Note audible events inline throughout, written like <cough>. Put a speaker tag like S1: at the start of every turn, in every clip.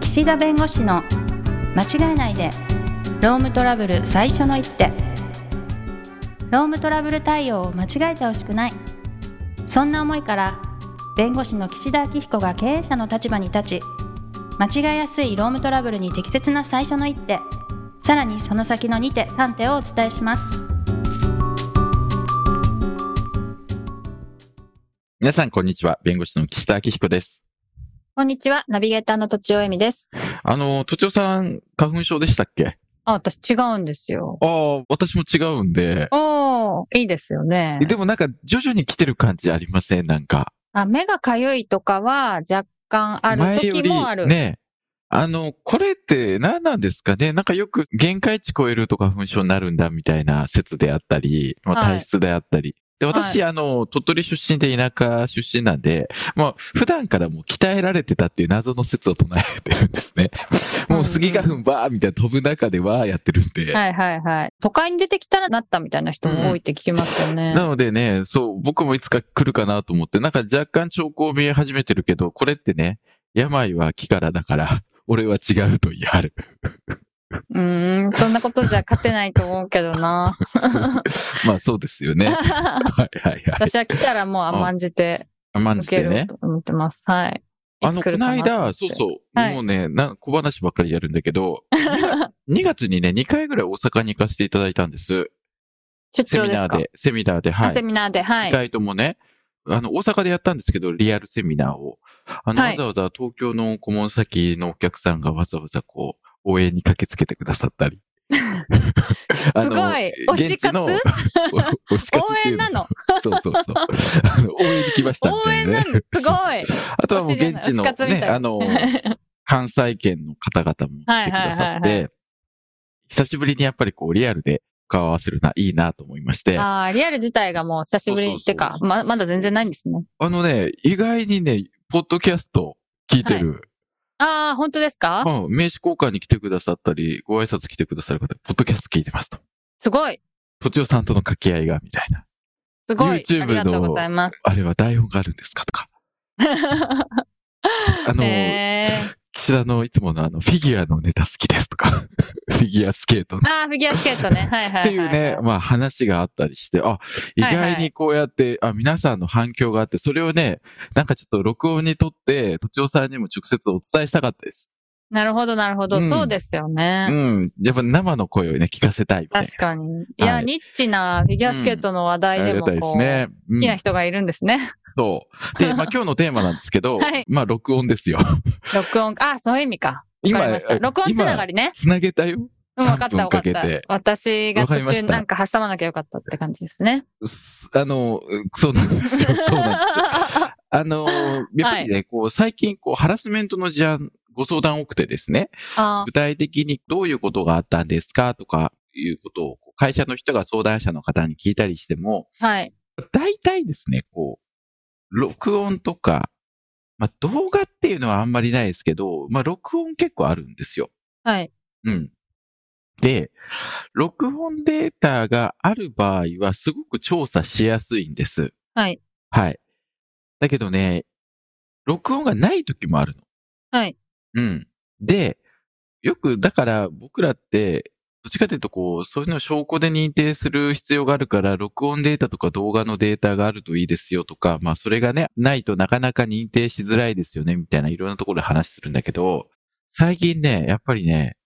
S1: 岸田弁護士の間違えないでロームトラブル最初の一手ロームトラブル対応を間違えてほしくないそんな思いから弁護士の岸田明彦が経営者の立場に立ち間違えやすいロームトラブルに適切な最初の一手さらにその先の2手3手をお伝えします
S2: 皆さん、こんにちは。弁護士の岸田明彦です。
S3: こんにちは。ナビゲーターのとちおえみです。
S2: あの、都庁さん、花粉症でしたっけ
S3: あ、私違うんですよ。
S2: ああ、私も違うんで。
S3: おー、いいですよね。
S2: でもなんか、徐々に来てる感じありませんなんか。
S3: あ、目がかゆいとかは若干ある時もある。
S2: ね。あの、これって何なんですかねなんかよく限界値超えると花粉症になるんだみたいな説であったり、まあ、
S3: はい
S2: 体質であったり。で、私、あの、鳥取出身で田舎出身なんで、まあ、普段からもう鍛えられてたっていう謎の説を唱えてるんですね。もう杉花粉バーみたいな飛ぶ中でわーやってるんで。
S3: はいはいはい。都会に出てきたらなったみたいな人も多いって聞きますよね。
S2: なのでね、そう、僕もいつか来るかなと思って、なんか若干兆候見え始めてるけど、これってね、病は気からだから、俺は違うと言い張る。
S3: うーん、そんなことじゃ勝てないと思うけど
S2: <laughs>
S3: な。
S2: まあそうですよね。
S3: <laughs>
S2: はいはいは
S3: 私は来たらもう甘んじて
S2: い。甘ん
S3: 受
S2: じ
S3: け
S2: て
S3: る
S2: ね。
S3: と思ってます。はい。
S2: あの、この間、そう
S3: う。
S2: そう、
S3: はい
S2: もうねな、小話ばっかりやるんだけ
S3: <laughs>
S2: ど、2月にね、2回ぐらい大阪に行かせていただいたんです。
S3: 出
S2: セ
S3: 張
S2: ミ
S3: で
S2: ナ
S3: す
S2: ー
S3: か
S2: で、セミナーで、
S3: あ
S2: はい
S3: セ。ミナーで、は
S2: 2
S3: い。
S2: 回ともね、あの、大阪でやったんですけど、リアルセミナーを。あの、
S3: はい
S2: わざわざ東京の顧問先のお客さんがわざわざこう、応援に駆けつけてくださったり。
S3: <laughs> すごい
S2: あの
S3: 推し
S2: 現地
S3: 活
S2: のお推し活
S3: <laughs> 応
S2: ってい
S3: 援
S2: うの
S3: なの
S2: <laughs> そうそうそう。あの応援に来ましたみ
S3: 応
S2: たい
S3: 援
S2: な
S3: な
S2: ね。
S3: のすごい
S2: あとはもう現地の
S3: 推しじゃない推し活みたい
S2: ね、あ
S3: <laughs>
S2: の、関西圏の方々も来てくださ
S3: はいはい
S2: っ
S3: はい
S2: て、久しぶりにやっぱりこう、リアルで顔合わせるな、いいなと思いまして。
S3: ああ、リアル自体がもう久しぶりってか
S2: そう、
S3: ま、まだ全然ないんですね。
S2: あのね、意外にね、ポッドキャスト聞いてる、
S3: ああ、本当ですか
S2: うん名刺交換に来てくださったり、ご挨拶来てくださる方、ポッドキャスト聞いてますと。
S3: すごい。
S2: とちおさんとの掛け合いが、みたいな。
S3: すごい。
S2: YouTube
S3: ありがとうございます。
S2: あれは台本があるんですかとか。あの、
S3: <laughs> へー
S2: 岸田のいつものあの、フィギュアのネタ好きですとか、 <laughs> フィギュアスケートの。
S3: ああ、フィギュアスケー
S2: <laughs>
S3: トね。はいはいはい、
S2: っていうね、まあ話があったりして、あ、意外にこうやって、あ、皆さんの反響があって、それをね、なんかちょっと録音にとって、とちおさんにも直接お伝えしたかったです。
S3: なるほど、なるほど、
S2: うん
S3: そうですよね。
S2: うん。やっぱ生の声をね、聞かせたいみたいな。
S3: 確かに。いや、
S2: はい
S3: ニッチなフィギュアスケートの話題でも
S2: ありがたいで
S3: こ
S2: す
S3: う、
S2: ね。うん
S3: 好きな人がいるんですね。 <laughs>
S2: そう。で、まあ今日のテーマなんですけど、
S3: はい
S2: まあ録音ですよ。
S3: 録音、ああ、そういう意味か。わかりました。録音つながりね。
S2: つなげたよ。
S3: うん、わかっ
S2: 3
S3: た
S2: 分
S3: わか
S2: か
S3: っ
S2: け
S3: た
S2: て。
S3: 私が
S2: わか
S3: 途
S2: りまし
S3: 中
S2: た
S3: なんか挟まなきゃよかったって感じですね。
S2: すあの、そうなんですよ。 <laughs>
S3: <laughs>
S2: そうなんですよ。あの、やっぱりね、こう、最近、こう、ハラスメントの事案、ご相談多くてですね、
S3: あ
S2: 具体的にどういうことがあったんですかとか、いうことを、こう会社の人が相談者の方に聞いたりしても、
S3: あ、はい。
S2: 大体ですね、こう、録音とか、まあ、動画っていうのはあんまりないですけど、まあ、録音結構あるんですよ。
S3: はい。
S2: うん。で、録音データがある場合は、すごく調査しやすいんです。
S3: はい。
S2: はい。だけどね、録音がない時もあるの。
S3: はい。
S2: うん。で、よく、だから僕らって、どっちかというとこう、そういうのを証拠で認定する必要があるから、録音データとか動画のデータがあるといいですよとか、まあそれがね、ないとなかなか認定しづらいですよね、みたいないろんなところで話するんだけど、最近ね、やっぱりね、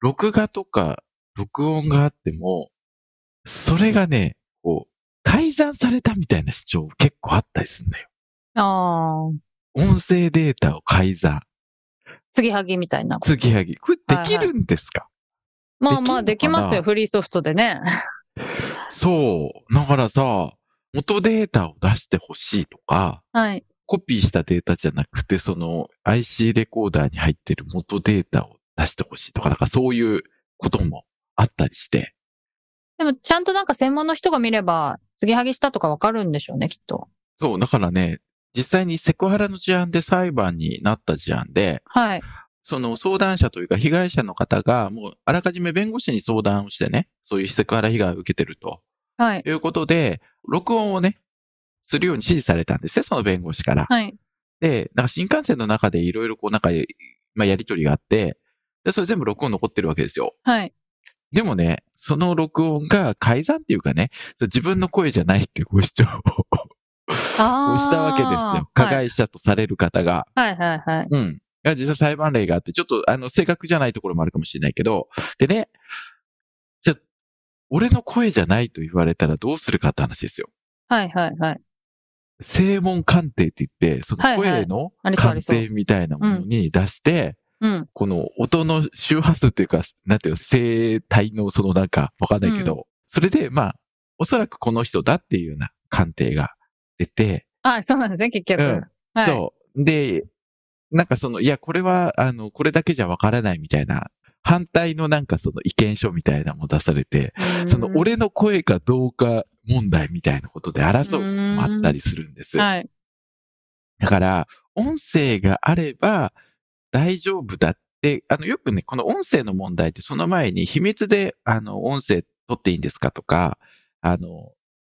S2: 録画とか録音があっても、それがね、こう、改ざんされたみたいな主張結構あったりするんだよ。
S3: ああ、
S2: 音声データを改ざん。
S3: 継ぎはぎみたいなこと。
S2: 継ぎはぎ。これできるんですか、
S3: まあまあ
S2: で
S3: で
S2: き
S3: き
S2: んのかな
S3: ますよ、フリーソフトでね。
S2: そう。だからさ、元データを出してほしいとか、
S3: はい。
S2: コピーしたデータじゃなくて、その IC レコーダーに入ってる元データを出してほしいとか、なんかそういうこともあったりして。
S3: でもちゃんとなんか専門の人が見れば、継ぎはぎしたとかわかるんでしょうね、きっと。
S2: そう、だからね、実際にセクハラの事案で裁判になった事案で、
S3: はい。
S2: その相談者というか被害者の方が、もうあらかじめ弁護士に相談をしてね、そういうセクハラ被害を受けてると。
S3: はい。
S2: ということで、録音をね、するように指示されたんですね、その弁護士から。
S3: はい。
S2: で、なんか新幹線の中でいろいろこうなんかまあ、やりとりがあって、で、それ全部録音残ってるわけですよ。
S3: はい。
S2: でもね、その録音が改ざんっていうかね、そう自分の声じゃないっていうご主張
S3: あ
S2: を
S3: あ。
S2: したわけですよ。加害者とされる方が。
S3: はいはいはいはい。
S2: うん。いや実際裁判例があって、ちょっと、あの、正確じゃないところもあるかもしれないけど、でね、じゃあ、俺の声じゃないと言われたらどうするかって話ですよ。
S3: はいはいはい。
S2: 声紋鑑定って言って、その
S3: はいは
S2: 声
S3: い
S2: の
S3: ありそうあ
S2: 鑑
S3: りそう
S2: 定みたいなものに出して、
S3: うん。
S2: この音の周波数っていうか、なんていうの、声帯のそのなんかわかんないけど、それで、まあ、おそらくこの人だっていうような鑑定が出て、
S3: あ、そうなんですね、結局。
S2: うん
S3: はい。
S2: そう。で、なんかその、いや、これは、あの、これだけじゃわからないみたいな、反対のなんかその意見書みたいなのも出されて、
S3: うん
S2: その、俺の声かどうか問題みたいなことで争うこともあったりするんです。
S3: はい。
S2: だから、音声があれば大丈夫だって、あの、よくね、この音声の問題ってその前に秘密で、あの、音声取っていいんですかとか、あの、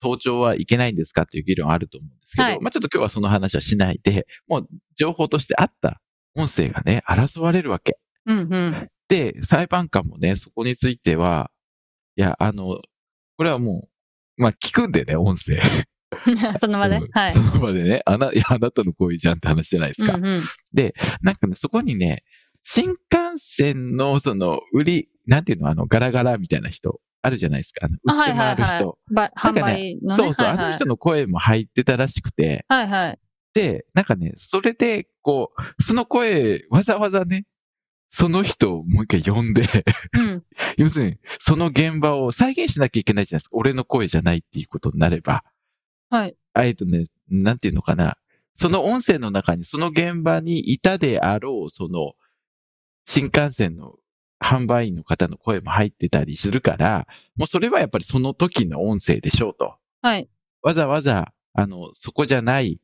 S2: 盗聴はいけないんですかっていう議論あると思うんですけど、
S3: はい
S2: まあちょっと今日はその話はしないで、もう情報としてあった音声がね、争われるわけ。
S3: うんうん。 <laughs>
S2: で、裁判官もね、そこについては、いや、あの、これはもう、まあ聞くんでね、音声。
S3: その場で
S2: うん。
S3: は
S2: <laughs>
S3: い
S2: そ。の場でね、あな、いや、あなたの声じゃんって話じゃないですか。
S3: うんうん
S2: なんかね、そこにね、新幹線のその売り、なんていうの、あの、ガラガラみたいな人、あるじゃないですか。あの
S3: あ
S2: 売って
S3: はいは
S2: 回
S3: い
S2: る
S3: はい
S2: 人。。
S3: ば
S2: なん
S3: 販
S2: かね
S3: 売のね。
S2: そうそう、
S3: は
S2: あ
S3: いは
S2: の
S3: い
S2: 人の声も入ってたらしくて、
S3: はいはい。
S2: で、なんかね、それで、こう、その声、わざわざね、その人をもう一回呼んで、
S3: うん。
S2: 要するに、その現場を再現しなきゃいけないじゃないですか。俺の声じゃないっていうことになれば。
S3: はい。
S2: あえっとね、なんていうのかな。その音声の中に、その現場にいたであろう、その、新幹線の販売員の方の声も入ってたりするから、もうそれはやっぱりその時の音声でしょうと。
S3: はい。
S2: わざわざ、あの、そこじゃない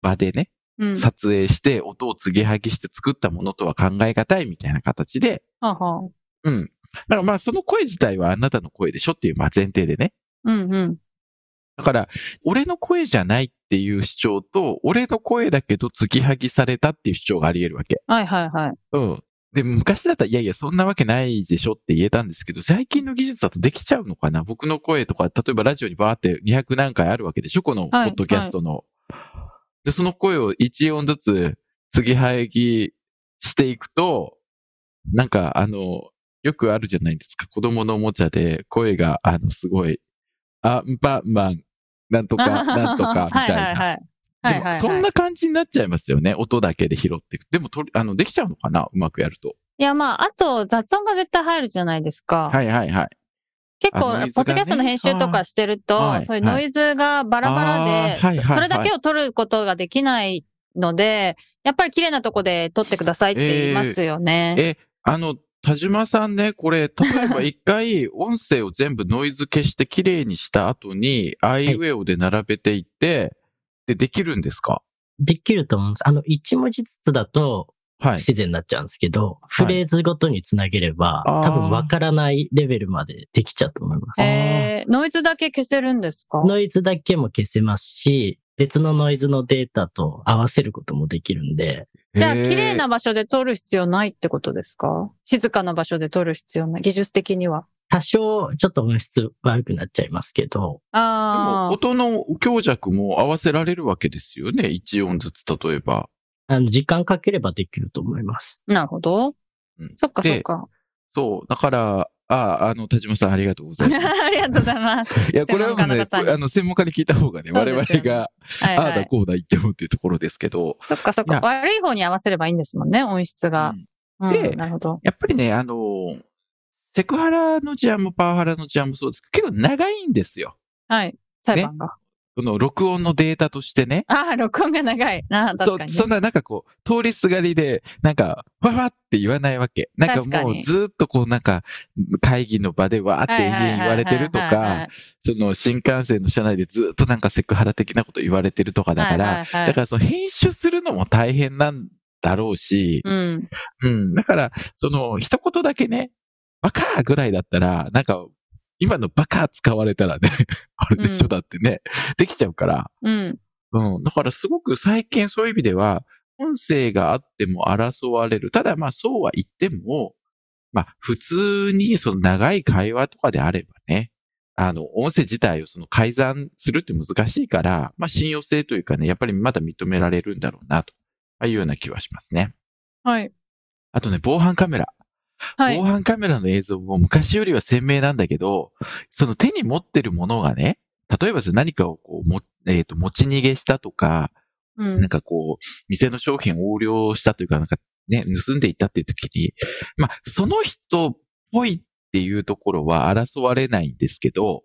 S2: 場でね、
S3: うん。
S2: 撮影して、音を継ぎはぎして作ったものとは考えがたいみたいな形で、
S3: はは。
S2: うん。だからまあその声自体はあなたの声でしょっていうまあ前提でね。
S3: うんうん。
S2: だから、俺の声じゃないっていう主張と、俺の声だけど継ぎはぎされたっていう主張があり得るわけ。
S3: はいはいはい。
S2: うん。で、昔だったら、いやいや、そんなわけないでしょって言えたんですけど、最近の技術だとできちゃうのかな僕の声とか、例えばラジオにバーって200何回あるわけでしょこのポ
S3: はい
S2: ッドキャストの。で、その声を1音ずつ継ぎはぎしていくと、なんか、あの、よくあるじゃないですか。子供のおもちゃで声が、あの、すごい、アンパンマン、なんと
S3: <laughs>
S2: か、なんとか、みたい
S3: はいはい
S2: な。
S3: はい。はい
S2: で
S3: はいは
S2: も
S3: い。
S2: そんな感じになっちゃいますよね。音だけで拾っていく。でもとり、あの、できちゃうのかなうまくやると。
S3: いや、まあ、あと雑音が絶対入るじゃないですか。
S2: はいはいはい。
S3: 結
S2: あ
S3: 構、
S2: ノイズがね
S3: ポッドキャストの編集とかしてると、
S2: はいはい
S3: そういうノイズがバラバラで、
S2: あーはいはい
S3: そそれだけを取ることができないので、やっぱり綺麗なとこで取ってくださいって言いますよね。
S2: え、あの、田島さんね、これ、例え
S3: <laughs>
S2: ば一回音声を全部ノイズ消して綺麗にした後に、アイウェオで並べていって、で、できるんですか
S4: できると思うんです。あの、一文字ずつだと
S2: はい。
S4: 自然になっちゃうんですけど、
S2: い
S4: フレーズごとにつなげれば、
S2: あー
S4: 多分わからないレベルまでできちゃうと思います。
S3: えーノイズだけ消せるんですか
S4: ノイズだけも消せますし、別のノイズのデータと合わせることもできるんで、
S3: <laughs> じゃあ、綺麗
S2: へー
S3: な場所で撮る必要ないってことですか静かな場所で撮る必要ない。技術的には。
S4: 多少ちょっと音質悪くなっちゃいますけど、
S2: でも、
S3: ああ。
S2: 音の強弱も合わせられるわけですよね。1音ずつ、例えば。
S4: あの、時間かければできると思います。
S3: なるほど。
S2: うん
S3: そっか
S2: で
S3: そっか。
S2: そう。だから、あ、あの、田島さんありがとうございます。
S3: <laughs> ありがとうございます。
S2: いや、これはもうね、
S3: 専門家の方に
S2: あの、専門家に聞いた方がね、
S3: そう
S2: 我
S3: ですよね
S2: 々が、
S3: はい、
S2: ああ
S3: は
S2: だ
S3: い。
S2: こうだ言ってもっていうところですけど、
S3: そっかそっ
S2: い
S3: か
S2: や。
S3: 悪い方に合わせればいいんですもんね、音質が
S2: う。ん
S3: うん、
S2: で
S3: なるほど。
S2: やっぱりね、あのー、セクハラの事案もパワハラの事案もそうですけど、結構長いんですよ。
S3: はい。裁判が。
S2: この録音のデータとしてね。
S3: ああ、録音が長い。なあ、確かに。
S2: そそんななんかこう、通りすがりで、なんか、わわって言わないわけ。なんか
S3: 確か
S2: も
S3: に
S2: うずっとこうなんか、会議の場でわーって
S3: はい
S2: 言
S3: はいはいはいはい
S2: 言われてるとか、、その新幹線の車内でずっとなんかセクハラ的なこと言われてるとかだから、
S3: はいはいはい
S2: だからその編集するのも大変なんだろうし、
S3: うん。
S2: うん。だから、その、一言だけね、バカーぐらいだったら、なんか、今のバカー使われたらね、 <laughs> あれでしょ、
S3: うん
S2: だってね、できちゃうから。
S3: うん。
S2: うん。だからすごく最近そういう意味では、音声があっても争われる。ただまあそうは言っても、まあ普通にその長い会話とかであればね、あの、音声自体をその改ざんするって難しいから、まあ信用性というかね、やっぱりまだ認められるんだろうな、というような気はしますね。
S3: はい。
S2: あとね、防犯カメラ。
S3: は
S2: 防
S3: い。
S2: 犯カメラの映像も昔よりは鮮明なんだけど、その手に持ってるものがね、例えばさ何かをこうも、えっ、と、持ち逃げしたとか、
S3: う
S2: なん
S3: ん。
S2: かこう、店の商品を横領したというか、なんかね、盗んでいったっていう時に、まあ、その人っぽいっていうところは争われないんですけど、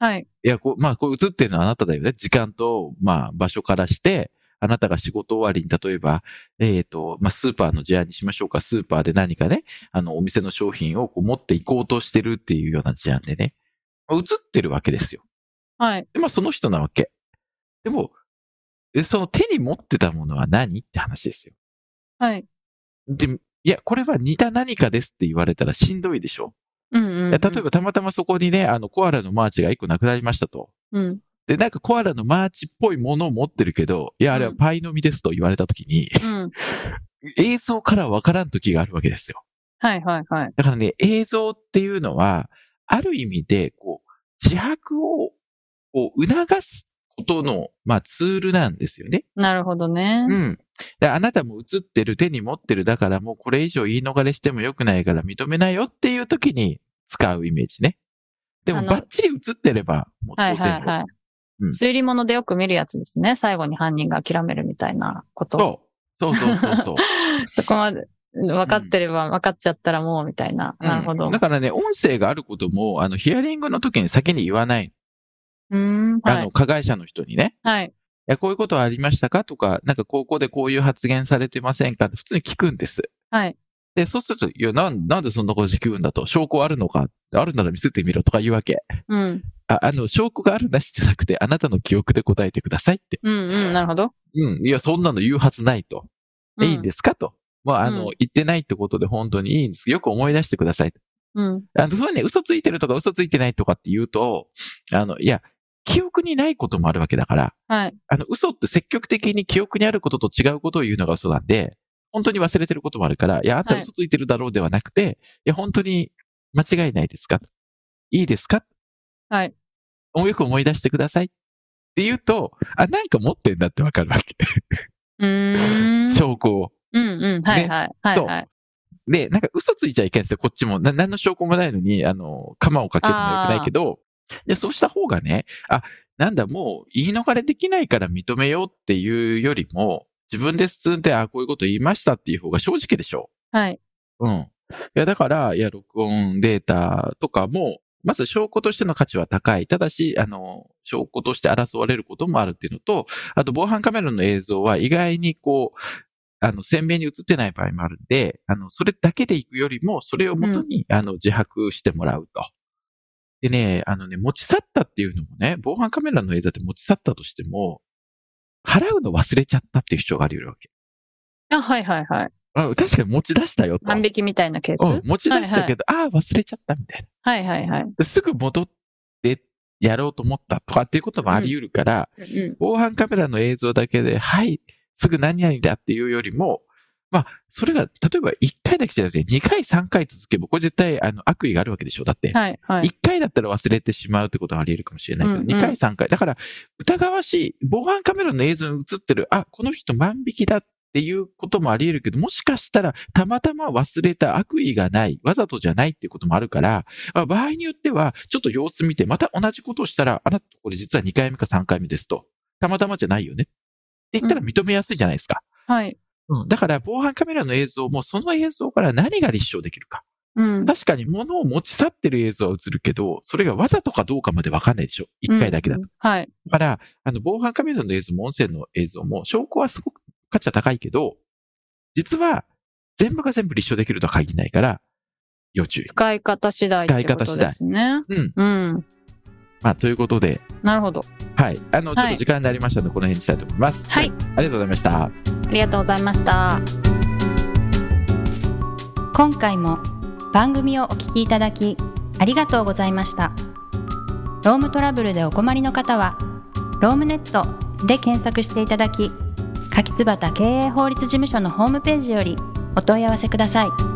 S3: はい。
S2: いや、こう、まあ、こう映ってるのはあなただよね。時間と、まあ、場所からして、あなたが仕事終わりに、例えば、えっ、と、まあ、スーパーの事案にしましょうか。スーパーで何かね、あの、お店の商品をこう持っていこうとしてるっていうような事案でね、まあ映ってるわけですよ。
S3: はい。
S2: で、まあその人なわけ。でも、えその手に持ってたものは何って話ですよ。
S3: はい。
S2: で、いや、これは似た何かですって言われたらしんどいでしょ。
S3: うんうん、うん。
S2: いや例えばたまたまそこにね、あの、コアラのマーチが一個なくなりましたと。
S3: うん。
S2: で、なんかコアラのマーチっぽいものを持ってるけど、いや、あれはパイの実ですと言われたときに、 <laughs>
S3: うん。
S2: 映像からわからん時があるわけですよ。
S3: はいはいはい。
S2: だからね、映像っていうのは、ある意味で、こう、自白を、こう、促すことの、まあ、ツールなんですよね。
S3: なるほどね。
S2: うん。であなたも映ってる、手に持ってる、だからもうこれ以上言い逃れしても良くないから認めないよっていう時に使うイメージね。でも
S3: あの
S2: バッチリ映ってれば、もう当
S3: は
S2: 然
S3: い
S2: よ。
S3: はいはい。
S2: うん
S3: 推理物でよく見るやつですね。最後に犯人が諦めるみたいなこと。
S2: そうそうそうそうそう。
S3: そこまで分かってれば分かっちゃったらもうみたいな。なるほど。
S2: うん
S3: う
S2: だからね、音声があることも、あの、ヒアリングの時に先に言わない。
S3: ーん。は
S2: あの、
S3: い。
S2: 加害者の人にね。
S3: はい。
S2: いや、こういうことはありましたかとか、なんか高校でこういう発言されてませんかって普通に聞くんです。
S3: はい。
S2: で、そうすると、いや、なん、なんでそんなこと聞くんだと、証拠あるのか、あるなら見せてみろとか言うわけ。
S3: うん。
S2: あ、あの、証拠があるなしじゃなくて、あなたの記憶で答えてくださいって。
S3: うんうん。なるほど。
S2: うん。いや、そんなの言うはずないと。
S3: うん
S2: いいんですかと。まあ、あの、
S3: うん
S2: 言ってないってことで本当にいいんです。よく思い出してください。
S3: うん。
S2: あの、そうね、嘘ついてるとか嘘ついてないとかって言うと、あの、いや、記憶にないこともあるわけだから、
S3: はい。
S2: あの、嘘って積極的に記憶にあることと違うことを言うのが嘘なんで、本当に忘れてることもあるから、いや、あんた
S3: はい
S2: 嘘ついてるだろうではなくて、い、や、本当に間違いないですかいいですか
S3: はい。
S2: よく思い出してください。って言うと、あ、なんか持ってんだってわかるわけ。<laughs>
S3: うーん。
S2: 証拠を。
S3: うんうん。はいはい。はい
S2: そう
S3: はい。
S2: で、なんか嘘ついちゃいけないんですよ、こっちも。な、何の証拠もないのに、あの、鎌をかけるのは良くないけど、で、そうした方がね、あ、なんだ、もう言い逃れできないから認めようっていうよりも、自分で進んで、あ、こういうこと言いましたっていう方が正直でしょ。
S3: はい。
S2: うん。いや、だから、いや、録音データとかも、まず証拠としての価値は高い。ただし、あの、証拠として争われることもあるっていうのと、あと防犯カメラの映像は意外にこう、あの、鮮明に映ってない場合もあるんで、あの、それだけで行くよりも、それを元に、あの、自白してもらうと。でね、あのね、持ち去ったっていうのもね、防犯カメラの映像って持ち去ったとしても、払うの忘れちゃったっていう主張があり得るわけ。
S3: あ、はいはいはい。
S2: あ確かに持ち出したよと。
S3: 万引きみたいなケース。
S2: うん持ち出したけど、ああ、忘れちゃったみたいな
S3: はいはいはい。
S2: ですぐ戻ってやろうと思ったとかっていうこともあり得るから、
S3: うん。
S2: 防犯カメラの映像だけで、はい、すぐ何々だっていうよりも、まあ、それが、例えば1回だけじゃなくて、2回、3回続けば、これ絶対、あの、悪意があるわけでしょだって。
S3: はいはい。
S2: 1回だったら忘れてしまうってことはあり得るかもしれないけど、
S3: うんうん
S2: 2回、3回。だから、疑わしい、防犯カメラの映像に映ってる、あ、この人万引きだっていうこともあり得るけど、もしかしたら、たまたま忘れた悪意がない、わざとじゃないっていうこともあるから、あ場合によっては、ちょっと様子見て、また同じことをしたら、あなた、これ実は2回目か3回目ですと。たまたまじゃないよね。って言ったら認めやすいじゃないですか。
S3: はい。
S2: だから、防犯カメラの映像も、その映像から何が立証できるか。
S3: うん。
S2: 確かに物を持ち去ってる映像は映るけど、それがわざとかどうかまでわかんないでしょ。一回だけだと。
S3: うん。はい。
S2: だから、あの、防犯カメラの映像も音声の映像も、証拠はすごく価値は高いけど、実は全部が全部立証できるとは限らないから、要注意。
S3: 使い方次第ってことですね。
S2: うん。
S3: うん。
S2: まあ、ということで、
S3: なるほど。
S2: はい。あの、ちょっ
S3: は
S2: と
S3: い
S2: 時間になりましたので、この辺にしたいと思います。
S3: は
S2: あ
S3: い。
S2: りがとうございました。
S3: ありがとうございました。
S1: 今回も番組をお聞きいただきありがとうございましたロームトラブルでお困りの方はロームネットで検索していただき書き津畑経営法律事務所のホームページよりお問い合わせください。